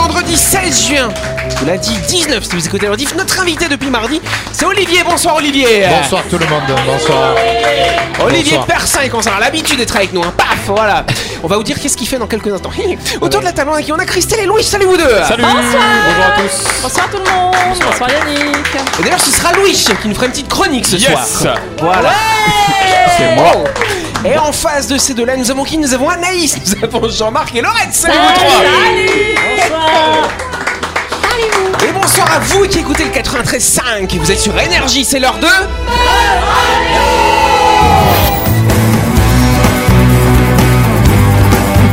vendredi 16 juin, vous lundi 19 si vous écoutez le rediff, notre invité depuis mardi, c'est Olivier. Bonsoir Olivier. Bonsoir tout le monde, bonsoir. Olivier bonsoir. Persin est concernant l'habitude d'être avec nous. hein. Paf, voilà. On va vous dire qu'est-ce qu'il fait dans quelques instants. Autour de la table, on a qui On a Christelle et Louis. Salut vous deux. Salut Bonjour à tous Bonsoir tout le monde Bonsoir Yannick Et d'ailleurs, ce sera Louis qui nous fera une petite chronique ce Yes soir. Voilà. C'est moi. Et en face de ces deux-là, nous avons qui Nous avons Anaïs, nous avons Jean-Marc et Laurette. Salut vous trois. Et bonsoir à vous qui écoutez le 93.5. Vous êtes sur Énergie, c'est l'heure de.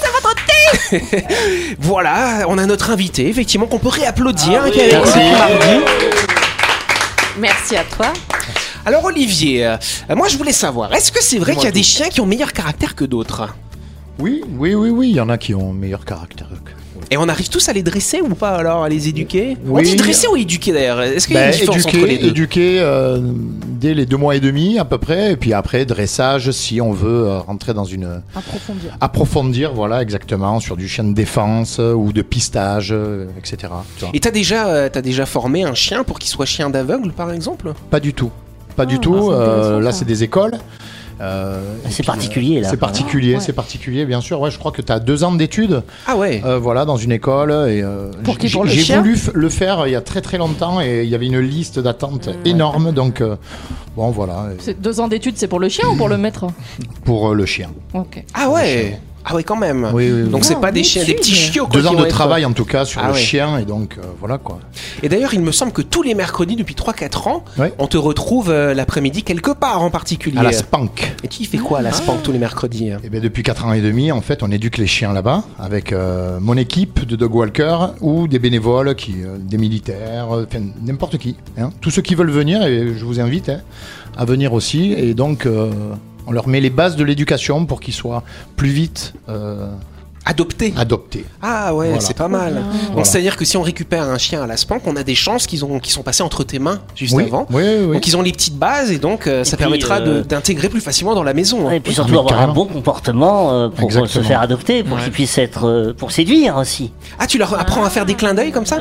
ça va Voilà, on a notre invité, effectivement, qu'on peut Ah réapplaudir, hein, qui est avec nous depuis mardi. Merci à toi. Alors Olivier, euh, moi je voulais savoir, est-ce que c'est vrai qu'il y a des chiens qui ont meilleur caractère que d'autres Oui, oui, oui, oui, il y en a qui ont meilleur caractère. Et on arrive tous à les dresser ou pas alors, à les éduquer On Oui. dit dresser ou éduquer d'ailleurs Est-ce qu'il y a Ben, une différence entre les éduquer deux éduquer, euh, dès les deux mois et demi à peu près, et puis après dressage si on veut euh, rentrer dans une... Approfondir. Approfondir, voilà exactement, sur du chien de défense euh, ou de pistage, euh, etc. tu vois. Et t'as déjà, euh, t'as déjà formé un chien pour qu'il soit chien d'aveugle par exemple Pas du tout. Pas du Ah, tout. c'est euh, intéressant, là, ça. c'est des écoles. Euh, et C'est puis, particulier, euh, là, C'est quand même. particulier, Ouais. c'est particulier, bien sûr. Ouais, je crois que tu as deux ans d'études, Ah ouais euh, voilà, dans une école. Et, euh, Pour qui, j'ai- pour le J'ai chien voulu f- le faire euh, il y a très très longtemps et il y avait une liste d'attente énorme. Donc, euh, bon, voilà, euh, C'est Deux ans d'études, c'est pour le chien ou pour le maître pour euh, le chien. Ok. Ah ouais Ah ouais quand même Oui, oui, oui. Donc c'est Ah, pas des chiens, des d'études. petits chiots quoi, Deux qui ans vont de être- travail, en tout cas, sur Ah le ouais. chien. Et donc, euh, voilà quoi. Et d'ailleurs, il me semble que tous les mercredis depuis 3-4 ans, Ouais. on te retrouve euh, l'après-midi quelque part en particulier. À la spank. Et tu fais quoi à la Spank tous les mercredis hein Eh bien, depuis 4 ans et demi, en fait, on éduque les chiens là-bas avec euh, mon équipe de dog walker ou des bénévoles, qui, euh, des militaires, euh, enfin, n'importe qui. hein. Tous ceux qui veulent venir, et je vous invite hein, à venir aussi. Et donc, euh, on leur met les bases de l'éducation pour qu'ils soient plus vite euh, Adopté. adoptés. Ah ouais, Voilà. c'est pas mal. Donc Voilà. c'est-à-dire que si on récupère un chien à la Spank, on a des chances qu'ils ont, qu'ils sont passés entre tes mains juste oui, avant. oui, oui. Donc ils ont les petites bases et donc euh, ça puis, permettra de- euh, d'intégrer plus facilement dans la maison. hein. Et puis Oui, surtout mais avoir un carrément. bon comportement euh, pour euh, se Exactement. faire adopter, pour qu'ils puissent être. euh, pour séduire aussi. Ah, tu leur apprends à faire des clins d'œil comme ça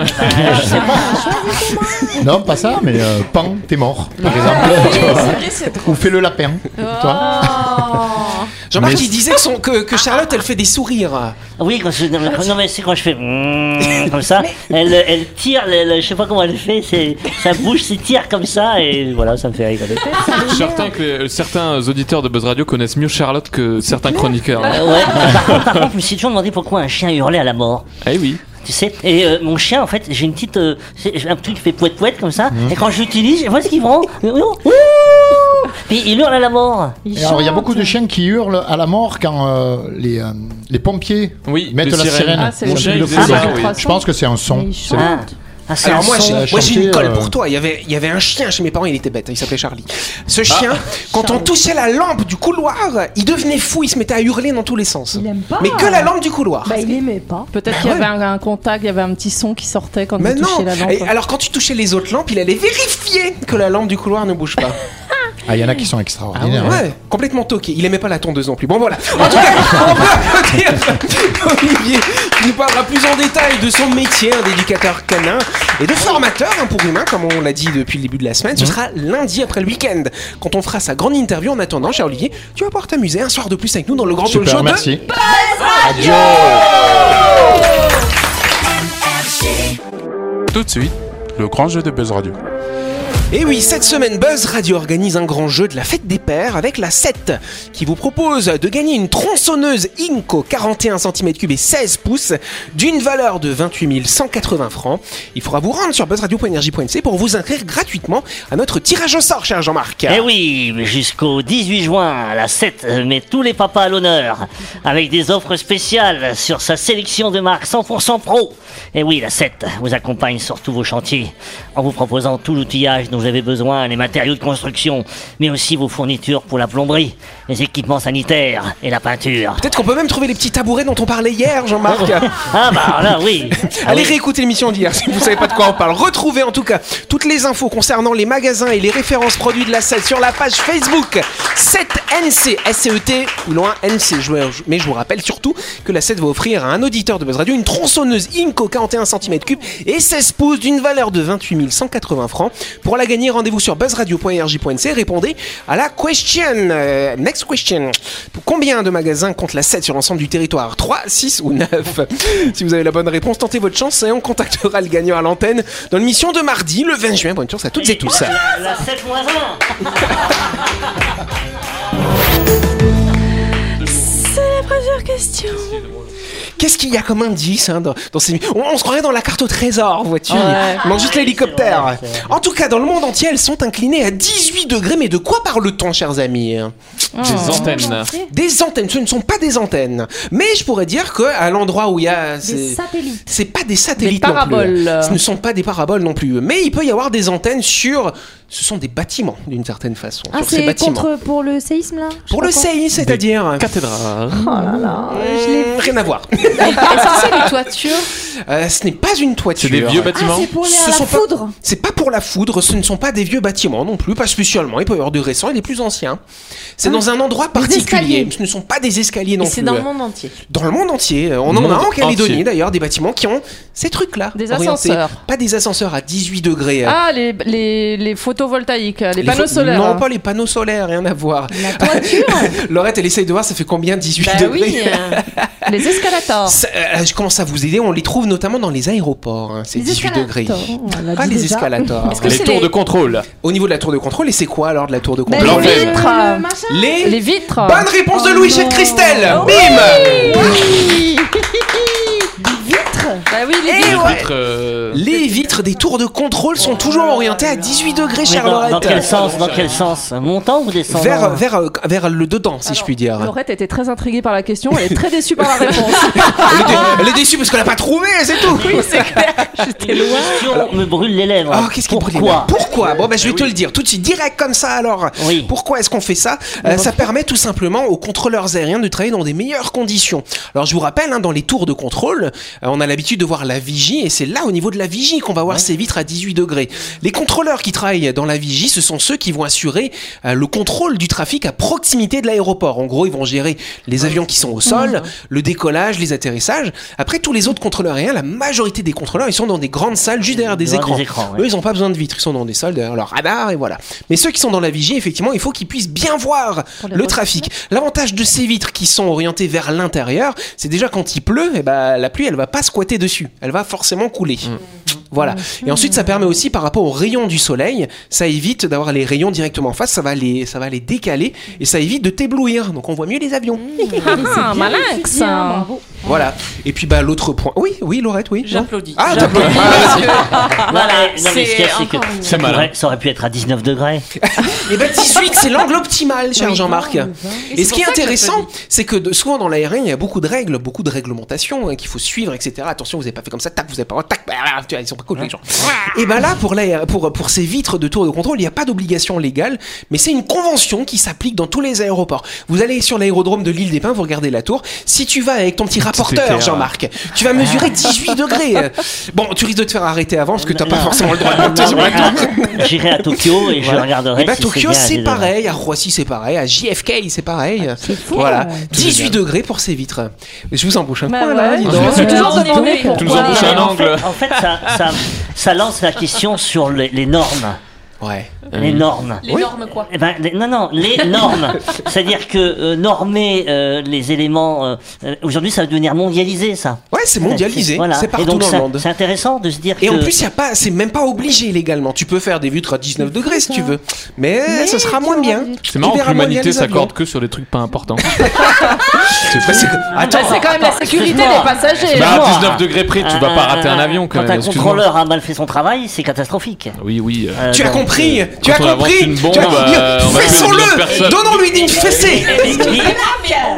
Non, pas ça, mais euh, pan, t'es mort, par exemple. tu vois. Ou fais le lapin. tu vois. Oh. Jean-Marc, Mais- il disait que, son- que, que Charlotte, elle fait des sourires. Ah Oui, quand je, non, mais- non, mais c'est quand je fais mm, comme ça, elle, elle tire, elle- elle- je sais pas comment elle fait, c'est, sa bouche s'étire comme ça et voilà, ça me fait rigoler. Je suis certain que les- certains auditeurs de Buzz Radio connaissent mieux Charlotte que certains chroniqueurs. Euh, ouais. par, contre, par contre, je me suis toujours demandé pourquoi un chien hurlait à la mort. Eh oui. Tu sais, et euh, mon chien en fait, j'ai une petite, euh, c'est- j'ai un truc qui fait pouet pouet comme ça, Mhm. et quand je l'utilise, je vois ce qu'il prend. Puis il hurle à la mort. Il Et alors, il y a chante. beaucoup de chiens qui hurlent à la mort quand euh, les, euh, les pompiers Oui, mettent les la sirènes. sirène. Ah, c'est Mon le- chien, il il le faisait fait. ça, Donc, oui. Je pense que c'est un son. Il C'est- chante. Ah, ah, c'est Alors un moi, son. j'ai, euh, moi, j'ai une chanter, colle euh, pour toi. Il y avait, il y avait un chien chez mes parents, il était bête, hein, il s'appelait Charlie. Ce chien, quand on touchait la lampe du couloir, il devenait fou, il se mettait à hurler dans tous les sens. Il aime pas. Mais que la lampe du couloir. Bah, il aimait pas. Peut-être qu'il y avait un, un contact, il y avait un petit son qui sortait quand Ah Mais il non. touchait la Et lampe. alors quand tu touchais les autres lampes, il allait vérifier que la lampe du couloir ne bouge pas. Ah, il y en a qui sont ouais, Ah, extraordinaires. hein. complètement toqué. Il aimait pas la tondeuse non plus. Bon voilà. En tout cas, on peut applaudir Olivier qui nous parlera plus en détail de son métier hein, d'éducateur canin et de formateur hein, pour humains, comme on l'a dit depuis le début de la semaine. Mmh. Ce sera lundi après le week-end quand on fera sa grande interview. En attendant, cher Olivier, tu vas pouvoir t'amuser un soir de plus avec nous dans le grand talk show Super, de- merci. Tout de suite, le grand jeu de Buzz Radio. Et oui, cette semaine, Buzz Radio organise un grand jeu de la fête des pères avec la 7 qui vous propose de gagner une tronçonneuse Inco 41 cm3 et 16 pouces d'une valeur de 28 180 francs. Il faudra vous rendre sur buzzradio.energie.nc pour vous inscrire gratuitement à notre tirage au sort, cher Jean-Marc. Eh oui, mais jusqu'au 18 juin, à la 7, euh, met tous les papas à l'honneur, avec des offres spéciales sur sa sélection de marques Eh 100% pro. Et oui, la 7 vous accompagne sur tous vos chantiers, en vous proposant tout l'outillage dont vous avez besoin, les matériaux de construction, mais aussi vos fournitures pour la plomberie, les équipements sanitaires et la peinture. Peut-être qu'on peut même trouver les petits tabourets dont on parlait hier, Jean-Marc. Ah bah là oui Ah Allez oui. réécouter l'émission d'hier si vous savez pas de quoi on parle. Retrouvez en tout cas toutes les infos concernant les magasins et les références produits de la SET sur la page Facebook 7NC, SCET E ou loin NC. Je- je- Mais je vous rappelle surtout que la SET va offrir à un auditeur de Buzz Radio une tronçonneuse Inco 41 cm3 et 16 pouces d'une valeur de 28 180 francs. Pour la gagner, rendez-vous sur buzzradio.rj.nc. Répondez à la question. euh, next question. Pour combien de magasins compte la 7 sur l'ensemble du territoire 3, 6 ou 9 Si vous avez la bonne réponse, tentez votre chance et on contactera le gagnant à l'antenne dans l'émission de mardi, le 20 juin. Bonne chance à toutes et tous. La, la 7 moins 1 Qu'est-ce qu'il y a comme indice hein, dans, dans ces... on, on se croirait dans la carte au trésor, vois-tu Ouais. Non, juste Ouais, l'hélicoptère. c'est vrai, c'est En tout cas, dans le monde entier, elles sont inclinées à 18 degrés. Mais de quoi parle-t-on, chers amis Des antennes. Des antennes, ce ne sont pas des antennes. Mais je pourrais dire que à l'endroit où il y a Des ces- satellites. c'est pas des satellites Des non plus. hein. paraboles. Ce ne sont pas des paraboles non plus. Mais il peut y avoir des antennes sur. Ce sont des bâtiments d'une certaine façon. Ah, sur ces c'est bâtiments. contre pour le séisme là Je sais Pour pas le quoi. Ah, séisme, c'est-à-dire. Cathédrale. Hum, Rien à voir. Est-ce que c'est les toitures Euh, ce n'est pas une C'est toiture. des vieux Ah, bâtiments. c'est pour les, Ce la sont pas- foudre. C'est pas pour la foudre, ce ne sont pas des vieux bâtiments non plus, pas spécialement. Il peut y avoir de récents et des plus anciens. C'est dans un endroit particulier. Ah. escaliers. Ce ne sont pas des escaliers non Et plus. c'est dans le monde entier. Dans le monde entier. Euh, On Monde en a en Calédonie entier. d'ailleurs des bâtiments qui ont ces trucs-là. Des orientés. ascenseurs. Pas des ascenseurs à 18 degrés. euh, Ah, les, les, les photovoltaïques, les, Les panneaux fa- solaires. Non, pas les panneaux solaires, rien à voir. La toiture. Laurette, elle essaye de voir, ça fait combien 18 Bah degrés oui, euh, Les escalators. Ça, euh, Je commence à vous aider, on les trouve notamment dans les aéroports, hein, ces Les 18 degrés. escalators. On l'a Pas dit les déjà. escalators. Est-ce que Les c'est tours les- de contrôle. Au niveau de la tour de contrôle, et c'est quoi alors de la tour de Bah, contrôle Blanc. les L'enfer. vitres. euh, machin. Les... Les vitres. Bonne réponse de Oh Louis chez non. Christelle Oh Bim Bah oui, les Eh vitres. ouais. Vitre, euh, Les vitres des tours de contrôle sont toujours orientées à 18 degrés, Mais chère dans, dans Laurette. quel sens Dans quel sens Montant ou descendant Vers, vers, euh, vers le dedans, si je puis dire. Laurette était très intriguée par la question, elle est très déçue par la réponse. Elle est, dé- elle est déçue parce qu'elle a pas trouvé, c'est tout. Une question me brûle les lèvres. Oh, qu'est-ce qui brûle les Pourquoi mains Pourquoi Bon, bah, je vais te le dire tout de suite, direct comme ça alors. Oui. Pourquoi est-ce qu'on fait ça Euh, Ça permet tout simplement aux contrôleurs aériens de travailler dans des meilleures conditions. Alors, je vous rappelle, hein, dans les tours de contrôle, euh, on a l'habitude de voir la vigie et c'est là, au niveau de la vigie, qu'on va voir ces vitres à 18 degrés. Les contrôleurs qui travaillent dans la vigie, ce sont ceux qui vont assurer euh, le contrôle du trafic à proximité de l'aéroport. En gros, ils vont gérer les avions qui sont au sol, le décollage, les atterrissages. Après, tous les autres contrôleurs aériens, la majorité des contrôleurs, ils sont dans des grandes salles juste derrière des Devant écrans. des écrans, ouais. Eux, ils n'ont pas besoin de vitres, ils sont dans des salles derrière leur radar et voilà. Mais ceux qui sont dans la vigie, effectivement, il faut qu'ils puissent bien voir les le repérer. trafic. L'avantage de ces vitres qui sont orientées vers l'intérieur, c'est déjà quand il pleut, eh ben, la pluie, elle va pas squatter dessus, elle va forcément couler. Voilà. Et ensuite, ça permet aussi par rapport aux rayons du soleil, ça évite d'avoir les rayons directement en face, ça va les, ça va les décaler et ça évite de t'éblouir. Donc on voit mieux les avions. Ah, C'est bien, hein. malinx bravo. Voilà. Et puis bah l'autre point. Oui, oui, Laurette, oui. non J'applaudis. Ah, J'applaudis. t'applaudis. Ah, Voilà, non, mais ce qu'il y a, c'est que encore une- ça, C'est malin. pourrait- ça aurait pu être à 19 degrés. Et ben 18, c'est l'angle optimal, cher Jean-Marc. Et, c'est ce pour qui ça que est je intéressant, c'est que de- souvent dans l'aérien, il y a beaucoup de règles, beaucoup de réglementations hein, qu'il faut suivre, etc. Attention, vous n'avez pas fait comme ça, tac, vous n'avez pas tac, bah, bah, tu vois, ils sont pas cool les gens. Et ben là, pour, l'aé- pour, pour ces vitres de tour de contrôle, il n'y a pas d'obligation légale, mais c'est une convention qui s'applique dans tous les aéroports. Vous allez sur l'aérodrome de l'île des Pins, vous regardez la tour. Si tu vas avec ton petit rapporteur, éclair. Jean-Marc, tu vas mesurer 18 degrés. Bon, tu risques de te faire arrêter avant parce que t'as pas forcément le droit de monter Non, sur la mais tour. à- J'irai à Tokyo et je Voilà. regarderai. Eh ben, si Tokyo, bien à c'est 19 degrés. pareil. À Roissy, c'est pareil. À JFK, c'est pareil. C'est fou. Voilà, ouais. 18 degrés pour ces vitres. Je vous embauche un Bah coin, là, ouais. dis donc. Je me suis Ouais, toujours on est demandé doué. pourquoi. Toujours Non, bouche à mais Ah, en l'angle. fait- En fait, ça, ça, ça lance la question sur les, les normes. Ouais. Les euh, normes. Les normes, quoi. Eh ben, les- non, non, les normes. C'est-à-dire que euh, normer euh, les éléments. euh, euh, Aujourd'hui, ça va devenir mondialisé, ça. Ouais, c'est mondialisé. Voilà. C'est Et partout donc, dans ça- le monde. C'est intéressant de se dire Et que. en plus, y a pas, c'est même pas obligé légalement. Tu peux faire des vitres à 19 degrés si tu veux, mais, ce sera tu moins auras bien. des- C'est marrant Tu que verras moins bien l'humanité les avions. s'accorde que sur des trucs pas importants. C'est pas- c'est- Ah, Attends, Bah, c'est quand même la sécurité des excuse-moi. passagers. Ah, Bah, mort. à 19 degrés près, tu Ah, vas pas ah, rater un ah, avion quand Quand même. un excuse-moi. contrôleur a mal fait son travail, c'est catastrophique. Oui, oui. euh, Euh, tu as donc, compris, euh, tu as quand on avance compris. une bombe, tu as... euh, on va tuer des millions de Fessons-le, personnes. donnons-lui une fessée. oui,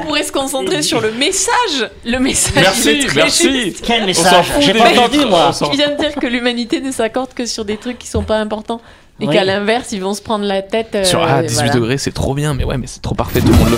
On pourrait se concentrer sur le message. Le message. il est Merci, très juste. merci. euh, Quel On s'en message fout J'ai des pas vitres, entendu, moi. on s'en- Tu viens de dire que l'humanité ne s'accorde que sur des trucs qui sont pas importants. Et Oui. qu'à l'inverse, ils vont se prendre la tête. euh, Sur ah, 18 voilà. degrés, c'est trop bien, mais ouais, mais c'est trop parfait, tout le monde le.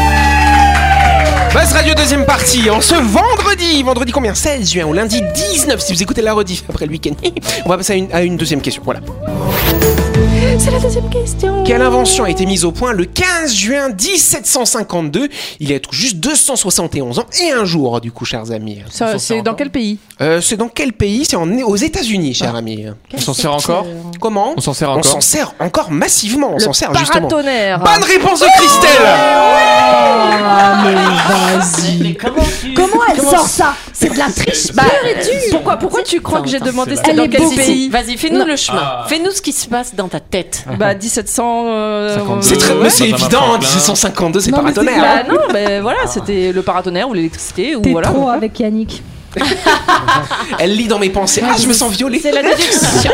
Buzz Radio deuxième partie en ce vendredi, vendredi combien 16 juin ou lundi 19 si vous écoutez la rediff après le week-end. On va passer à une, à une deuxième question. Voilà. C'est la deuxième question. Quelle invention a été mise au point le 15 juin 1752 Il y a tout juste 271 ans et un jour du coup, chers amis. Ça, C'est dans quel pays Euh, c'est dans quel pays C'est en- aux États-Unis, chers amis. On s'en sert encore Comment On s'en sert On encore s'en sert encore massivement. On s'en sert justement. Paratonnerre. Bonne réponse de Christelle. Ah, mais vas-y. Mais comment tu. Comment elle comment- sort ça C'est de la triche Bah, pure et dure. pourquoi, pourquoi tu crois que j'ai Attends, demandé c'est c'était vrai. dans Elle est quel beau pays. pays Vas-y, fais-nous Non. le chemin. Ah. Fais-nous ce qui se passe dans ta tête. Bah 1700. euh, 52. C'est très, Euh, mais c'est Benjamin évident, Franklin. 1752, c'est Non, mais c'est paratonnerre. hein. Ah. Bah non, mais voilà, c'était le paratonnerre ou l'électricité ou T'es voilà. trop avec Yannick. Elle lit dans mes pensées. Ah, je me sens violée. C'est la déduction.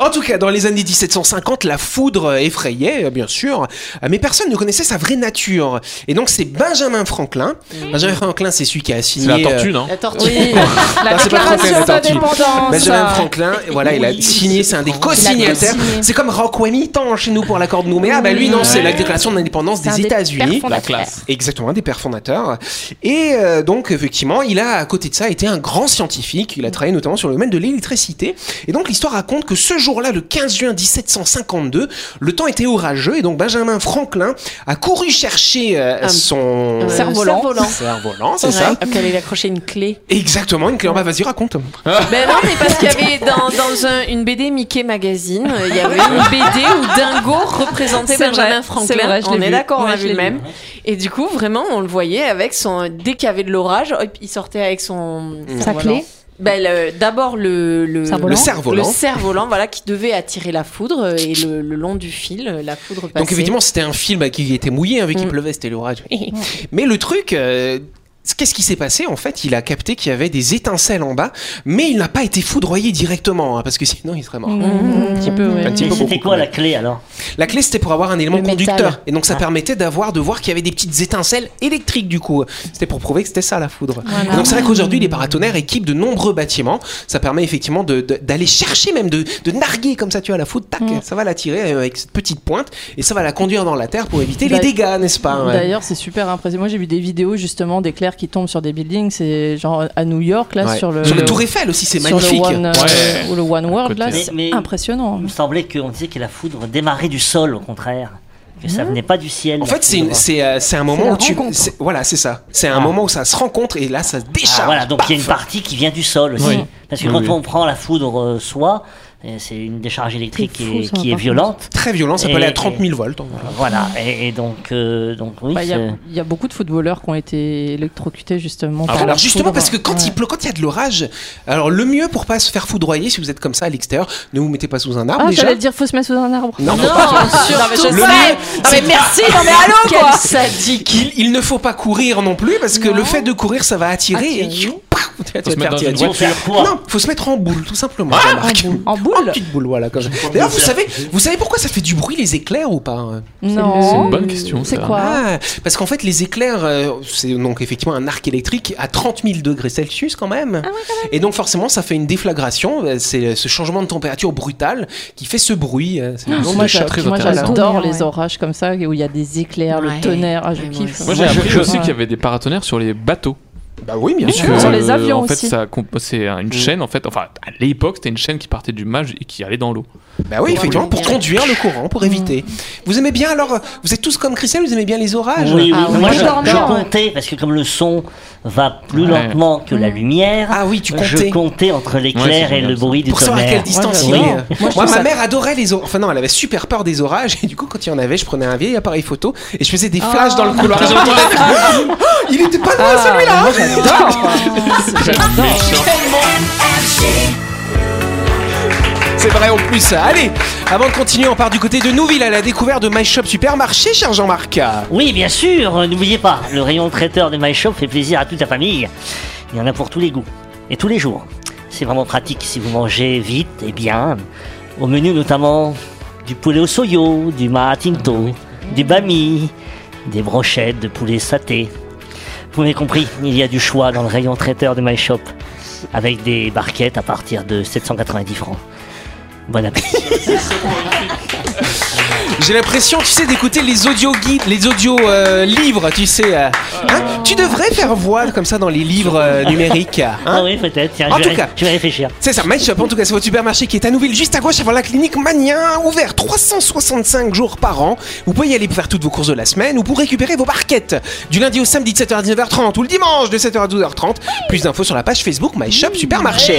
En tout cas, dans les années 1750, la foudre effrayait, euh, bien sûr, euh, mais personne ne connaissait sa vraie nature. Et donc, c'est Benjamin Franklin. Benjamin Franklin, c'est celui qui a C'est signé. la tortue, euh, non La tortue. Oui, la Non, Bah, c'est pas Franklin, déclaration c'est Tortue. d'indépendance. Benjamin Franklin, et voilà, il a signé, c'est un des co-signataires. co-signé. C'est comme Rockwami tant chez nous pour l'accord de Nouméa. Bah lui, non, c'est la déclaration d'indépendance C'est un des des États-Unis. pères fondateurs. classe. Exactement, un des pères fondateurs. Et euh, donc, effectivement, il a, à côté de ça, été un grand scientifique. Il a travaillé notamment sur le domaine de l'électricité. Et donc, l'histoire raconte que ce jour-là, le 15 juin 1752, le temps était orageux. Et donc, Benjamin Franklin a couru chercher euh, Un- son... Euh, Cerf-volant. cerf-volant. Cerf-volant, c'est Ouais, ça Qu'elle allait accrocher une clé. Exactement, une clé en bas, vas-y, raconte. Ben non, mais parce qu'il y avait dans, dans un- une BD Mickey Magazine, euh, il y avait une BD où Dingo représentait C'est Benjamin vrai, c'est Franklin. vrai, je l'ai on est vu. d'accord, on Ouais, a je vu l'ai le vu. même. Et du coup, vraiment, on le voyait avec son. Dès qu'il y avait de l'orage, hop, il sortait avec son. Mm. Sa cerf-volant. clé. Ben, le- d'abord le Cerf-volant. le, Le Volant. le cerf-volant. cerf-volant, voilà, qui devait attirer la foudre euh, et le, le long du fil, euh, la foudre passait. Donc effectivement, c'était un film qui était mouillé, hein, vu qu'il Mm. pleuvait, c'était l'orage. Mais le truc, euh, qu'est-ce qui s'est passé En fait, il a capté qu'il y avait des étincelles en bas, mais il n'a pas été foudroyé directement, hein, parce que sinon, il Mm, serait mort. Mm, Un petit peu, ouais. Un petit Mais peu c'était beaucoup, quoi ouais. la clé alors La clé, c'était pour avoir un élément Le conducteur, métal. et donc ça Ah. permettait d'avoir, de voir qu'il y avait des petites étincelles électriques du coup. C'était pour prouver que c'était ça la foudre. Et donc c'est vrai qu'aujourd'hui, les paratonnerres équipent de nombreux bâtiments. Ça permet effectivement de- de- d'aller chercher même, de, de narguer comme ça, tu vois, la foudre, tac, ça va la tirer euh, avec cette petite pointe, et ça va la conduire dans la terre pour éviter les Bah, dégâts, n'est-ce pas ouais. D'ailleurs, c'est super impressionnant. Moi, j'ai vu des vidéos justement d'éclairs qui tombent sur des buildings. C'est genre à New York, là, Ouais. sur le. Tour Eiffel aussi, c'est sur le magnifique. One, euh, Ouais. ou le One World, là, Côté. c'est Mais- mais- impressionnant. Il me semblait qu'on disait que la foudre démarrait du sol, au contraire. Que Mmh. ça venait pas du ciel. En la fait, c'est foudre. une- c'est euh, c'est un moment la où tu rencontre. c'est- voilà, c'est ça. C'est un moment où ça se rencontre et là ça se décharge. Ah, voilà, donc il y a Paf une partie qui vient du sol aussi. Oui. Parce que Oui, quand oui. on prend la foudre euh, soi, euh, c'est une décharge électrique C'est fou, qui est, ça, qui est par violente. très violent, ça peut Et- aller à 30 000 volts. Voilà, et, et donc, euh, donc oui. Bah, Il y, a- c'est- il y a beaucoup de footballeurs qui ont été électrocutés justement. Ah par bon la Alors justement foudre. parce que quand Ouais. il pleut, quand il y a de l'orage, alors le mieux pour pas se faire foudroyer si vous êtes comme ça à l'extérieur, ne vous mettez pas sous un arbre Ah, déjà. j'allais dire, faut se mettre sous un arbre. Non, Non, surtout mais je sais. Non, mais merci, non, mais allô, quoi Quel sadique Il, il ne faut pas courir non plus parce que le fait de courir ça va attirer. et- Attirer. Paf Tu vas te se faire mettre dans tirer une dessus. Pour faire quoi Non, faut se mettre en boule, tout simplement. Jean-Marc. Ah, En En boule petite boule, voilà. comme ça. D'ailleurs, vous savez, vous savez pourquoi ça fait du bruit les éclairs ou pas hein Non. C'est une bonne question, C'est ça. quoi Ah, parce qu'en fait, les éclairs, euh, c'est donc effectivement un arc électrique à 30 000 degrés Celsius quand même. Ah Et donc forcément, ça fait une déflagration. euh, C'est ce changement de température brutal qui fait ce bruit. euh, c'est le nom Ah, Moi, du choc. j'a- très moi, intéressant. j'adore Ouais. les orages comme ça où il y a des éclairs, Ouais. le tonnerre. Ah, je Ouais, moi kiffe. aussi. Moi, j'ai appris aussi qu'il y avait des paratonnerres sur les bateaux. Bah oui, bien Et sûr. que, euh, Sur les avions En fait, aussi. ça comp- oh, c'est Mm. une chaîne, en fait. Enfin, à l'époque, c'était une chaîne qui partait du mage et qui allait dans l'eau. Bah oui, effectivement, pour conduire le courant, Mm. pour éviter. Vous aimez bien alors euh, Vous êtes tous comme Christelle, vous aimez bien les orages Oui, oui, Ah, mais oui. moi Je je, dormais, je ouais. comptais parce que comme le son va plus Ouais. lentement que la lumière, Ah oui, tu je comptais. comptais entre l'éclair Ouais, et c'est le bien ça. bruit du Pour savoir à quelle tonnerre. distance Ouais, il est. j'adore. Moi, ma mère adorait les orages. Enfin, non, elle avait super peur des orages. Et du coup, quand il y en avait, je prenais un vieil appareil photo et je faisais des Ah. flashs dans le couloir. Et j'entendais, Oh, il était pas loin celui-là J'adore. Méchant. vrai en plus. Allez, avant de continuer, on part du côté de Nouville à la découverte de My Shop Supermarché, cher Jean-Marc. Oui, bien sûr, euh, n'oubliez pas, le rayon traiteur de My Shop fait plaisir à toute la famille. Il y en a pour tous les goûts et tous les jours. C'est vraiment pratique si vous mangez vite et bien. Au menu notamment du poulet au soyo, du maratinto, du bami, des brochettes de poulet saté. Vous m'avez compris, il y a du choix dans le rayon traiteur de My Shop avec des barquettes à partir de 790 francs. Bon appétit. J'ai l'impression, tu sais, d'écouter les audio guides, les audio euh, livres, tu sais. euh, hein. tu devrais faire voix comme ça dans les livres euh, numériques. hein. Ah oui, peut-être. Tiens, En je, tout vais, cas. je vais réfléchir. C'est ça, My Shop, en tout cas, c'est votre supermarché qui est à Nouville, juste à gauche avant la clinique Mania, ouvert 365 jours par an. Vous pouvez y aller pour faire toutes vos courses de la semaine ou pour récupérer vos barquettes du lundi au samedi de 7h à 19h30 ou le dimanche de 7h à 12h30. Plus d'infos sur la page Facebook My Shop Supermarché.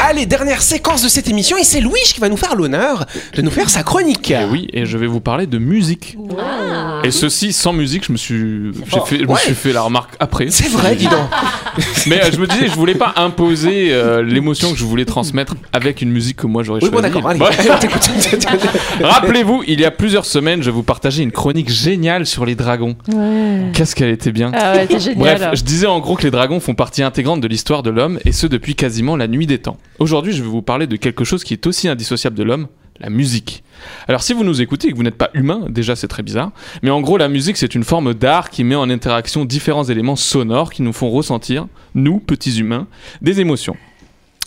Allez, dernière séquence de cette émission et c'est Louis qui va nous faire l'honneur de nous faire sa chronique. Et oui, et je vais vous parler de musique. Et ceci sans musique, je me suis, j'ai fort. fait, je me Ouais. suis fait la remarque après. C'est vrai, dis donc. Mais euh, je me disais, je voulais pas imposer euh, l'émotion que je voulais transmettre avec une musique que moi j'aurais Oui, bon, choisie. d'accord, allez. Ouais. T'écoutes. Rappelez-vous, il y a plusieurs semaines, je vous partageais une chronique géniale sur les dragons. Qu'est-ce qu'elle était bien. Ah ouais, c'est génial. Bref, je disais en gros que les dragons font partie intégrante de l'histoire de l'homme, et ce depuis quasiment la nuit des temps. Aujourd'hui, je vais vous parler de quelque chose qui est aussi indissociable de l'homme, la musique. Alors si vous nous écoutez et que vous n'êtes pas humain, déjà c'est très bizarre, mais en gros la musique c'est une forme d'art qui met en interaction différents éléments sonores qui nous font ressentir, nous, petits humains, des émotions.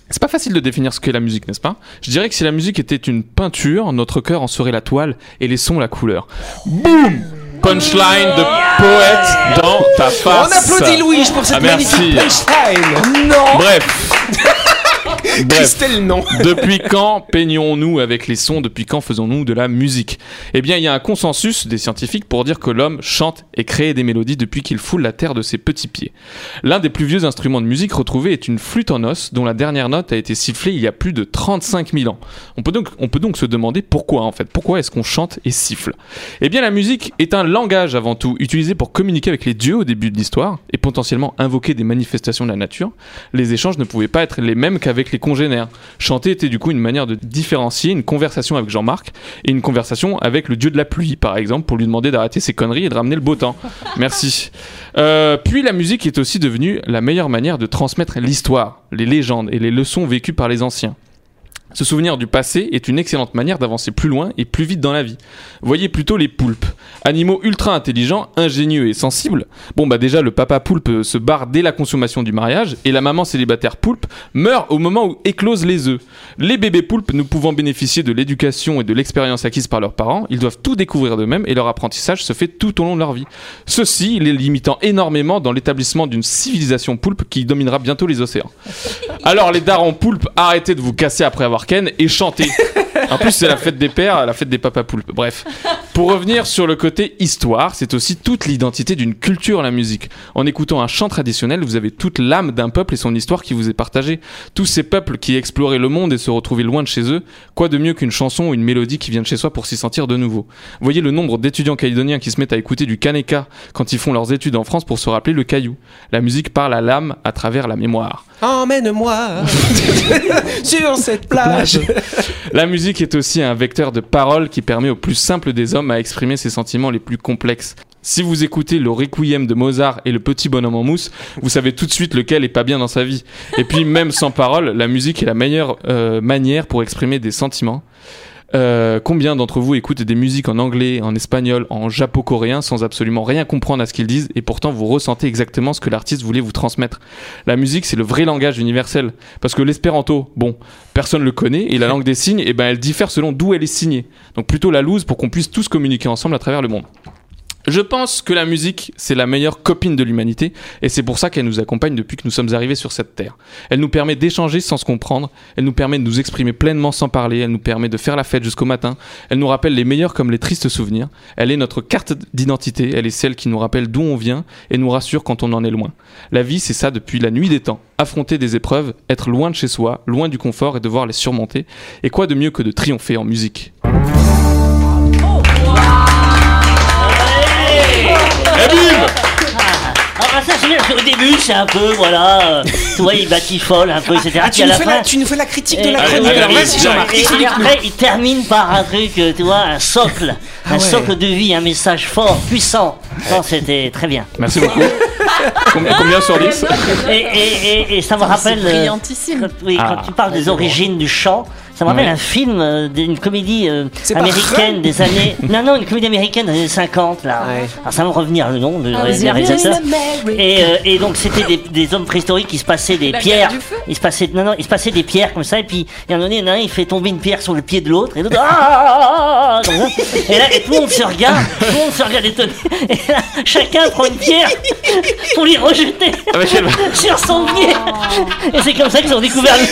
C'est pas facile de définir ce qu'est la musique, n'est-ce pas Je dirais que si la musique était une peinture, notre cœur en serait la toile et les sons la couleur. Boum Punchline de poète dans ta face. On applaudit Louis pour cette Ah, merci. magnifique punchline. Non Bref. Bref. Christelle, non. Depuis quand peignons-nous avec les sons Depuis quand faisons-nous de la musique Eh bien, il y a un consensus des scientifiques pour dire que l'homme chante et crée des mélodies depuis qu'il foule la terre de ses petits pieds. L'un des plus vieux instruments de musique retrouvés est une flûte en os dont la dernière note a été sifflée il y a plus de 35 000 ans. On peut donc, on peut donc se demander pourquoi en fait, pourquoi est-ce qu'on chante et siffle Eh bien, la musique est un langage avant tout, utilisé pour communiquer avec les dieux au début de l'histoire et potentiellement invoquer des manifestations de la nature. Les échanges ne pouvaient pas être les mêmes qu'avec les congénères. Chanter était du coup une manière de différencier une conversation avec Jean-Marc et une conversation avec le dieu de la pluie, par exemple, pour lui demander d'arrêter ses conneries et de ramener le beau temps. Merci. Euh, puis la musique est aussi devenue la meilleure manière de transmettre l'histoire, les légendes et les leçons vécues par les anciens. Se souvenir du passé est une excellente manière d'avancer plus loin et plus vite dans la vie. Voyez plutôt les poulpes. Animaux ultra intelligents, ingénieux et sensibles. Bon bah déjà le papa poulpe se barre dès la consommation du mariage et la maman célibataire poulpe meurt au moment où éclosent les œufs. Les bébés poulpes ne pouvant bénéficier de l'éducation et de l'expérience acquise par leurs parents, ils doivent tout découvrir d'eux-mêmes et leur apprentissage se fait tout au long de leur vie. Ceci les limitant énormément dans l'établissement d'une civilisation poulpe qui dominera bientôt les océans. Alors les darons poulpes, arrêtez de vous casser après avoir ken et chantez. En plus, c'est la fête des pères, la fête des papas poulpes. Bref. Pour revenir sur le côté histoire, c'est aussi toute l'identité d'une culture, la musique. En écoutant un chant traditionnel, vous avez toute l'âme d'un peuple et son histoire qui vous est partagée. Tous ces peuples qui exploraient le monde et se retrouvaient loin de chez eux, quoi de mieux qu'une chanson ou une mélodie qui viennent chez soi pour s'y sentir de nouveau. Voyez le nombre d'étudiants calédoniens qui se mettent à écouter du Kaneka quand ils font leurs études en France pour se rappeler le caillou. La musique parle à l'âme à travers la mémoire. Emmène-moi sur cette plage. La musique est aussi un vecteur de parole qui permet au plus simple des hommes à exprimer ses sentiments les plus complexes. Si vous écoutez le Requiem de Mozart et le Petit Bonhomme en mousse, vous savez tout de suite lequel est pas bien dans sa vie. Et puis même sans parole, la musique est la meilleure euh, manière pour exprimer des sentiments. Euh, combien d'entre vous écoutent des musiques en anglais, en espagnol, en japo-coréen sans absolument rien comprendre à ce qu'ils disent et pourtant vous ressentez exactement ce que l'artiste voulait vous transmettre La musique, c'est le vrai langage universel. Parce que l'espéranto, bon, personne le connaît et la langue des signes, eh ben, elle diffère selon d'où elle est signée. Donc plutôt la loose pour qu'on puisse tous communiquer ensemble à travers le monde. Je pense que la musique, c'est la meilleure copine de l'humanité, et c'est pour ça qu'elle nous accompagne depuis que nous sommes arrivés sur cette terre. Elle nous permet d'échanger sans se comprendre, elle nous permet de nous exprimer pleinement sans parler, elle nous permet de faire la fête jusqu'au matin, elle nous rappelle les meilleurs comme les tristes souvenirs, elle est notre carte d'identité, elle est celle qui nous rappelle d'où on vient et nous rassure quand on en est loin. La vie, c'est ça depuis la nuit des temps. Affronter des épreuves, être loin de chez soi, loin du confort et devoir les surmonter. Et quoi de mieux que de triompher en musique Et bim ah bah ça c'est bien, parce qu'au début c'est un peu, voilà, euh, tu vois, il batifole un peu, etc. Ah, tu, Puis à nous la fais fin, Eh, la, tu nous fais la critique de Et- la et- chronique. et- Alors, et- vas-y, Jean-Marc, et- et- et explique-nous. après, il termine par un truc, euh, tu vois, un socle, Ah un ouais. socle de vie, un message fort, puissant. Non, c'était très bien. Merci beaucoup. Combien, combien sur 10 Et, et- et- et ça me Ah, Attends, c'est rappelle. euh, brillantissime. quand- oui, Ah, quand tu parles des origines du chant, ça me rappelle Ouais. un film, euh, d'une comédie euh, C'est pas américaine Run des années. Non, non, une comédie américaine des années 50, là. Alors ça va me revenir le nom Ah, de was born réalisateur. in America. Et, euh, et donc c'était des, des hommes préhistoriques qui se passaient des La guerre pierres. du feu Il se passait non non, il se passait des pierres comme ça et puis il y en a un donné, il y en a un, il fait tomber une pierre sur le pied de l'autre et l'autre ah, ah, ah, ah, comme ça. et là et tout le monde se regarde, tout le monde se regarde étonné. Et là, chacun prend une pierre pour les rejeter Avec elle. sur son pied. Et c'est comme ça qu'ils ont découvert le...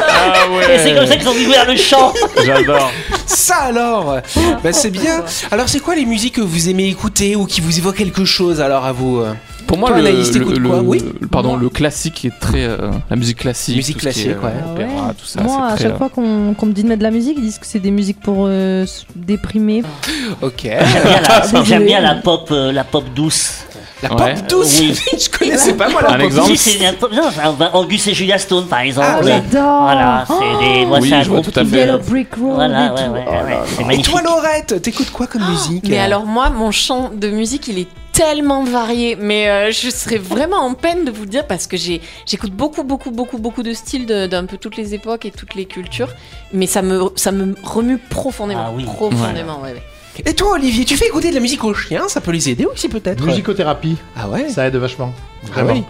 Ah et c'est comme ça qu'ils ont découvert le chant. J'adore. Ça alors Bah, C'est bien. Alors, c'est quoi les musiques que vous aimez écouter ou qui vous évoquent quelque chose alors à vous euh Pour moi, Toi, le, Anaïs, le- t'écoutes le- quoi Oui le- pardon, le classique est très. euh, la musique classique. Musique tout ce qui classique, est, ouais. euh, opéra, tout ça. Moi, c'est à très, chaque euh, fois qu'on qu'on me dit de mettre de la musique, ils disent que c'est des musiques pour euh, se déprimer. Ah, Ok. J'aime bien Ah, la- J'aime bien la Désolée. pop euh, la pop douce. La Ouais. pop douce Oui. Je connaissais pas moi la Un pop exemple Si, douce. c'est la pop- non, c'est un- bah, Angus et Julia Stone par exemple. Ah, Oh, j'adore. Oh, Voilà, c'est des moi, Oh. Oui, c'est un je vois groupe tout Oh, à qui- fait. Yellow Brick Road Voilà, et ouais, tout. ouais, ouais, c'est Et magnifique. toi, Laurette, t'écoutes quoi comme musique Ah, Mais euh alors moi, mon champ de musique, il est tellement varié, mais euh, je serais vraiment en peine de vous le dire parce que j'ai j'écoute beaucoup beaucoup beaucoup beaucoup de styles de- d'un peu toutes les époques et toutes les cultures, mais ça me ça me remue profondément, Ah oui. profondément. ouais, ouais. Et toi, Olivier, tu fais écouter de la musique aux chiens Ça peut les aider aussi peut-être Musicothérapie, Ah ouais ça aide vachement. Ah Vraiment. oui.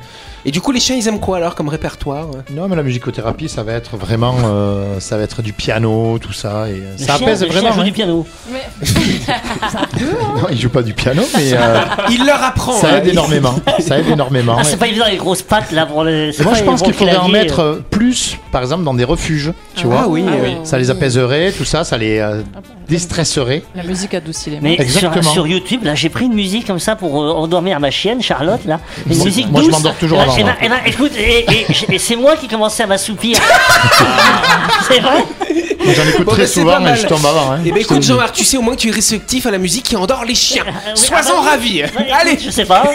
Et du coup, les chiens, ils aiment quoi alors comme répertoire euh Non, mais la musicothérapie, ça va être vraiment, euh, ça va être du piano, tout ça, et euh, Le ça chien- apaise le chien vraiment. joue hein. du piano. Non, il joue pas du piano, mais euh, Il leur apprend. hein. ça aide énormément. ça aide énormément. Ah, ouais. c'est pas évident les grosses pattes là pour le. c'est Moi, pas je pense les qu'il gros faudrait en claviers, mettre euh, plus, par exemple, dans des refuges, tu vois. Ah oui, Ah, bah, Ah euh, oui. Ça les apaiserait, tout ça, ça les euh, déstresserait. La musique adoucit les Mais sur, Exactement. sur YouTube, là, j'ai pris une musique comme ça pour euh, endormir ma chienne, Charlotte, là. Une Moi- musique moi, je douce. m'endors toujours hein. Et avant, moi. ben- et ben, écoute, et, et- et- et c'est moi qui commençais à m'assoupir. c'est vrai Moi, J'en écoute Bon, très bah, c'est pas souvent, mais mal. je tombe avant. hein. Eh ben Je te le écoute dis. Jean-Marc, tu sais au moins que tu es réceptif à la musique qui endort les chiens. Ah, oui, ah, Sois-en bah, ravi. bah, écoute, Allez, Je sais pas.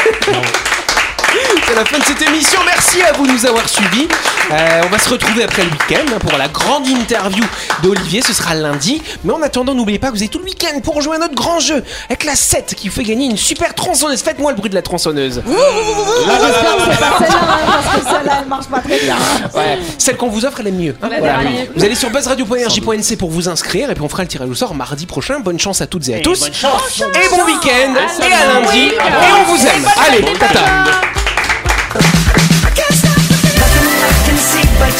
c'est la fin de cette émission. Merci à vous de nous avoir suivis. Euh, on va se retrouver après le week-end hein, pour la grande interview d'Olivier. Ce sera lundi. Mais en attendant, n'oubliez pas que vous avez tout le week-end pour jouer à notre grand jeu avec la 7 qui vous fait gagner une super tronçonneuse. Faites-moi le bruit de la tronçonneuse. J'espère que c'est pas celle-là, hein, parce que celle-là, elle marche pas très bien. Ouais, Celle qu'on vous offre, elle est mieux. hein. Voilà. Vous allez sur buzzradio.rg.nc pour vous inscrire et puis on fera le tirage au sort mardi prochain. Bonne chance à toutes et à Et tous. bonne chance. Oh, Et bon week-end, et à lundi, et on vous aime. Allez, tata.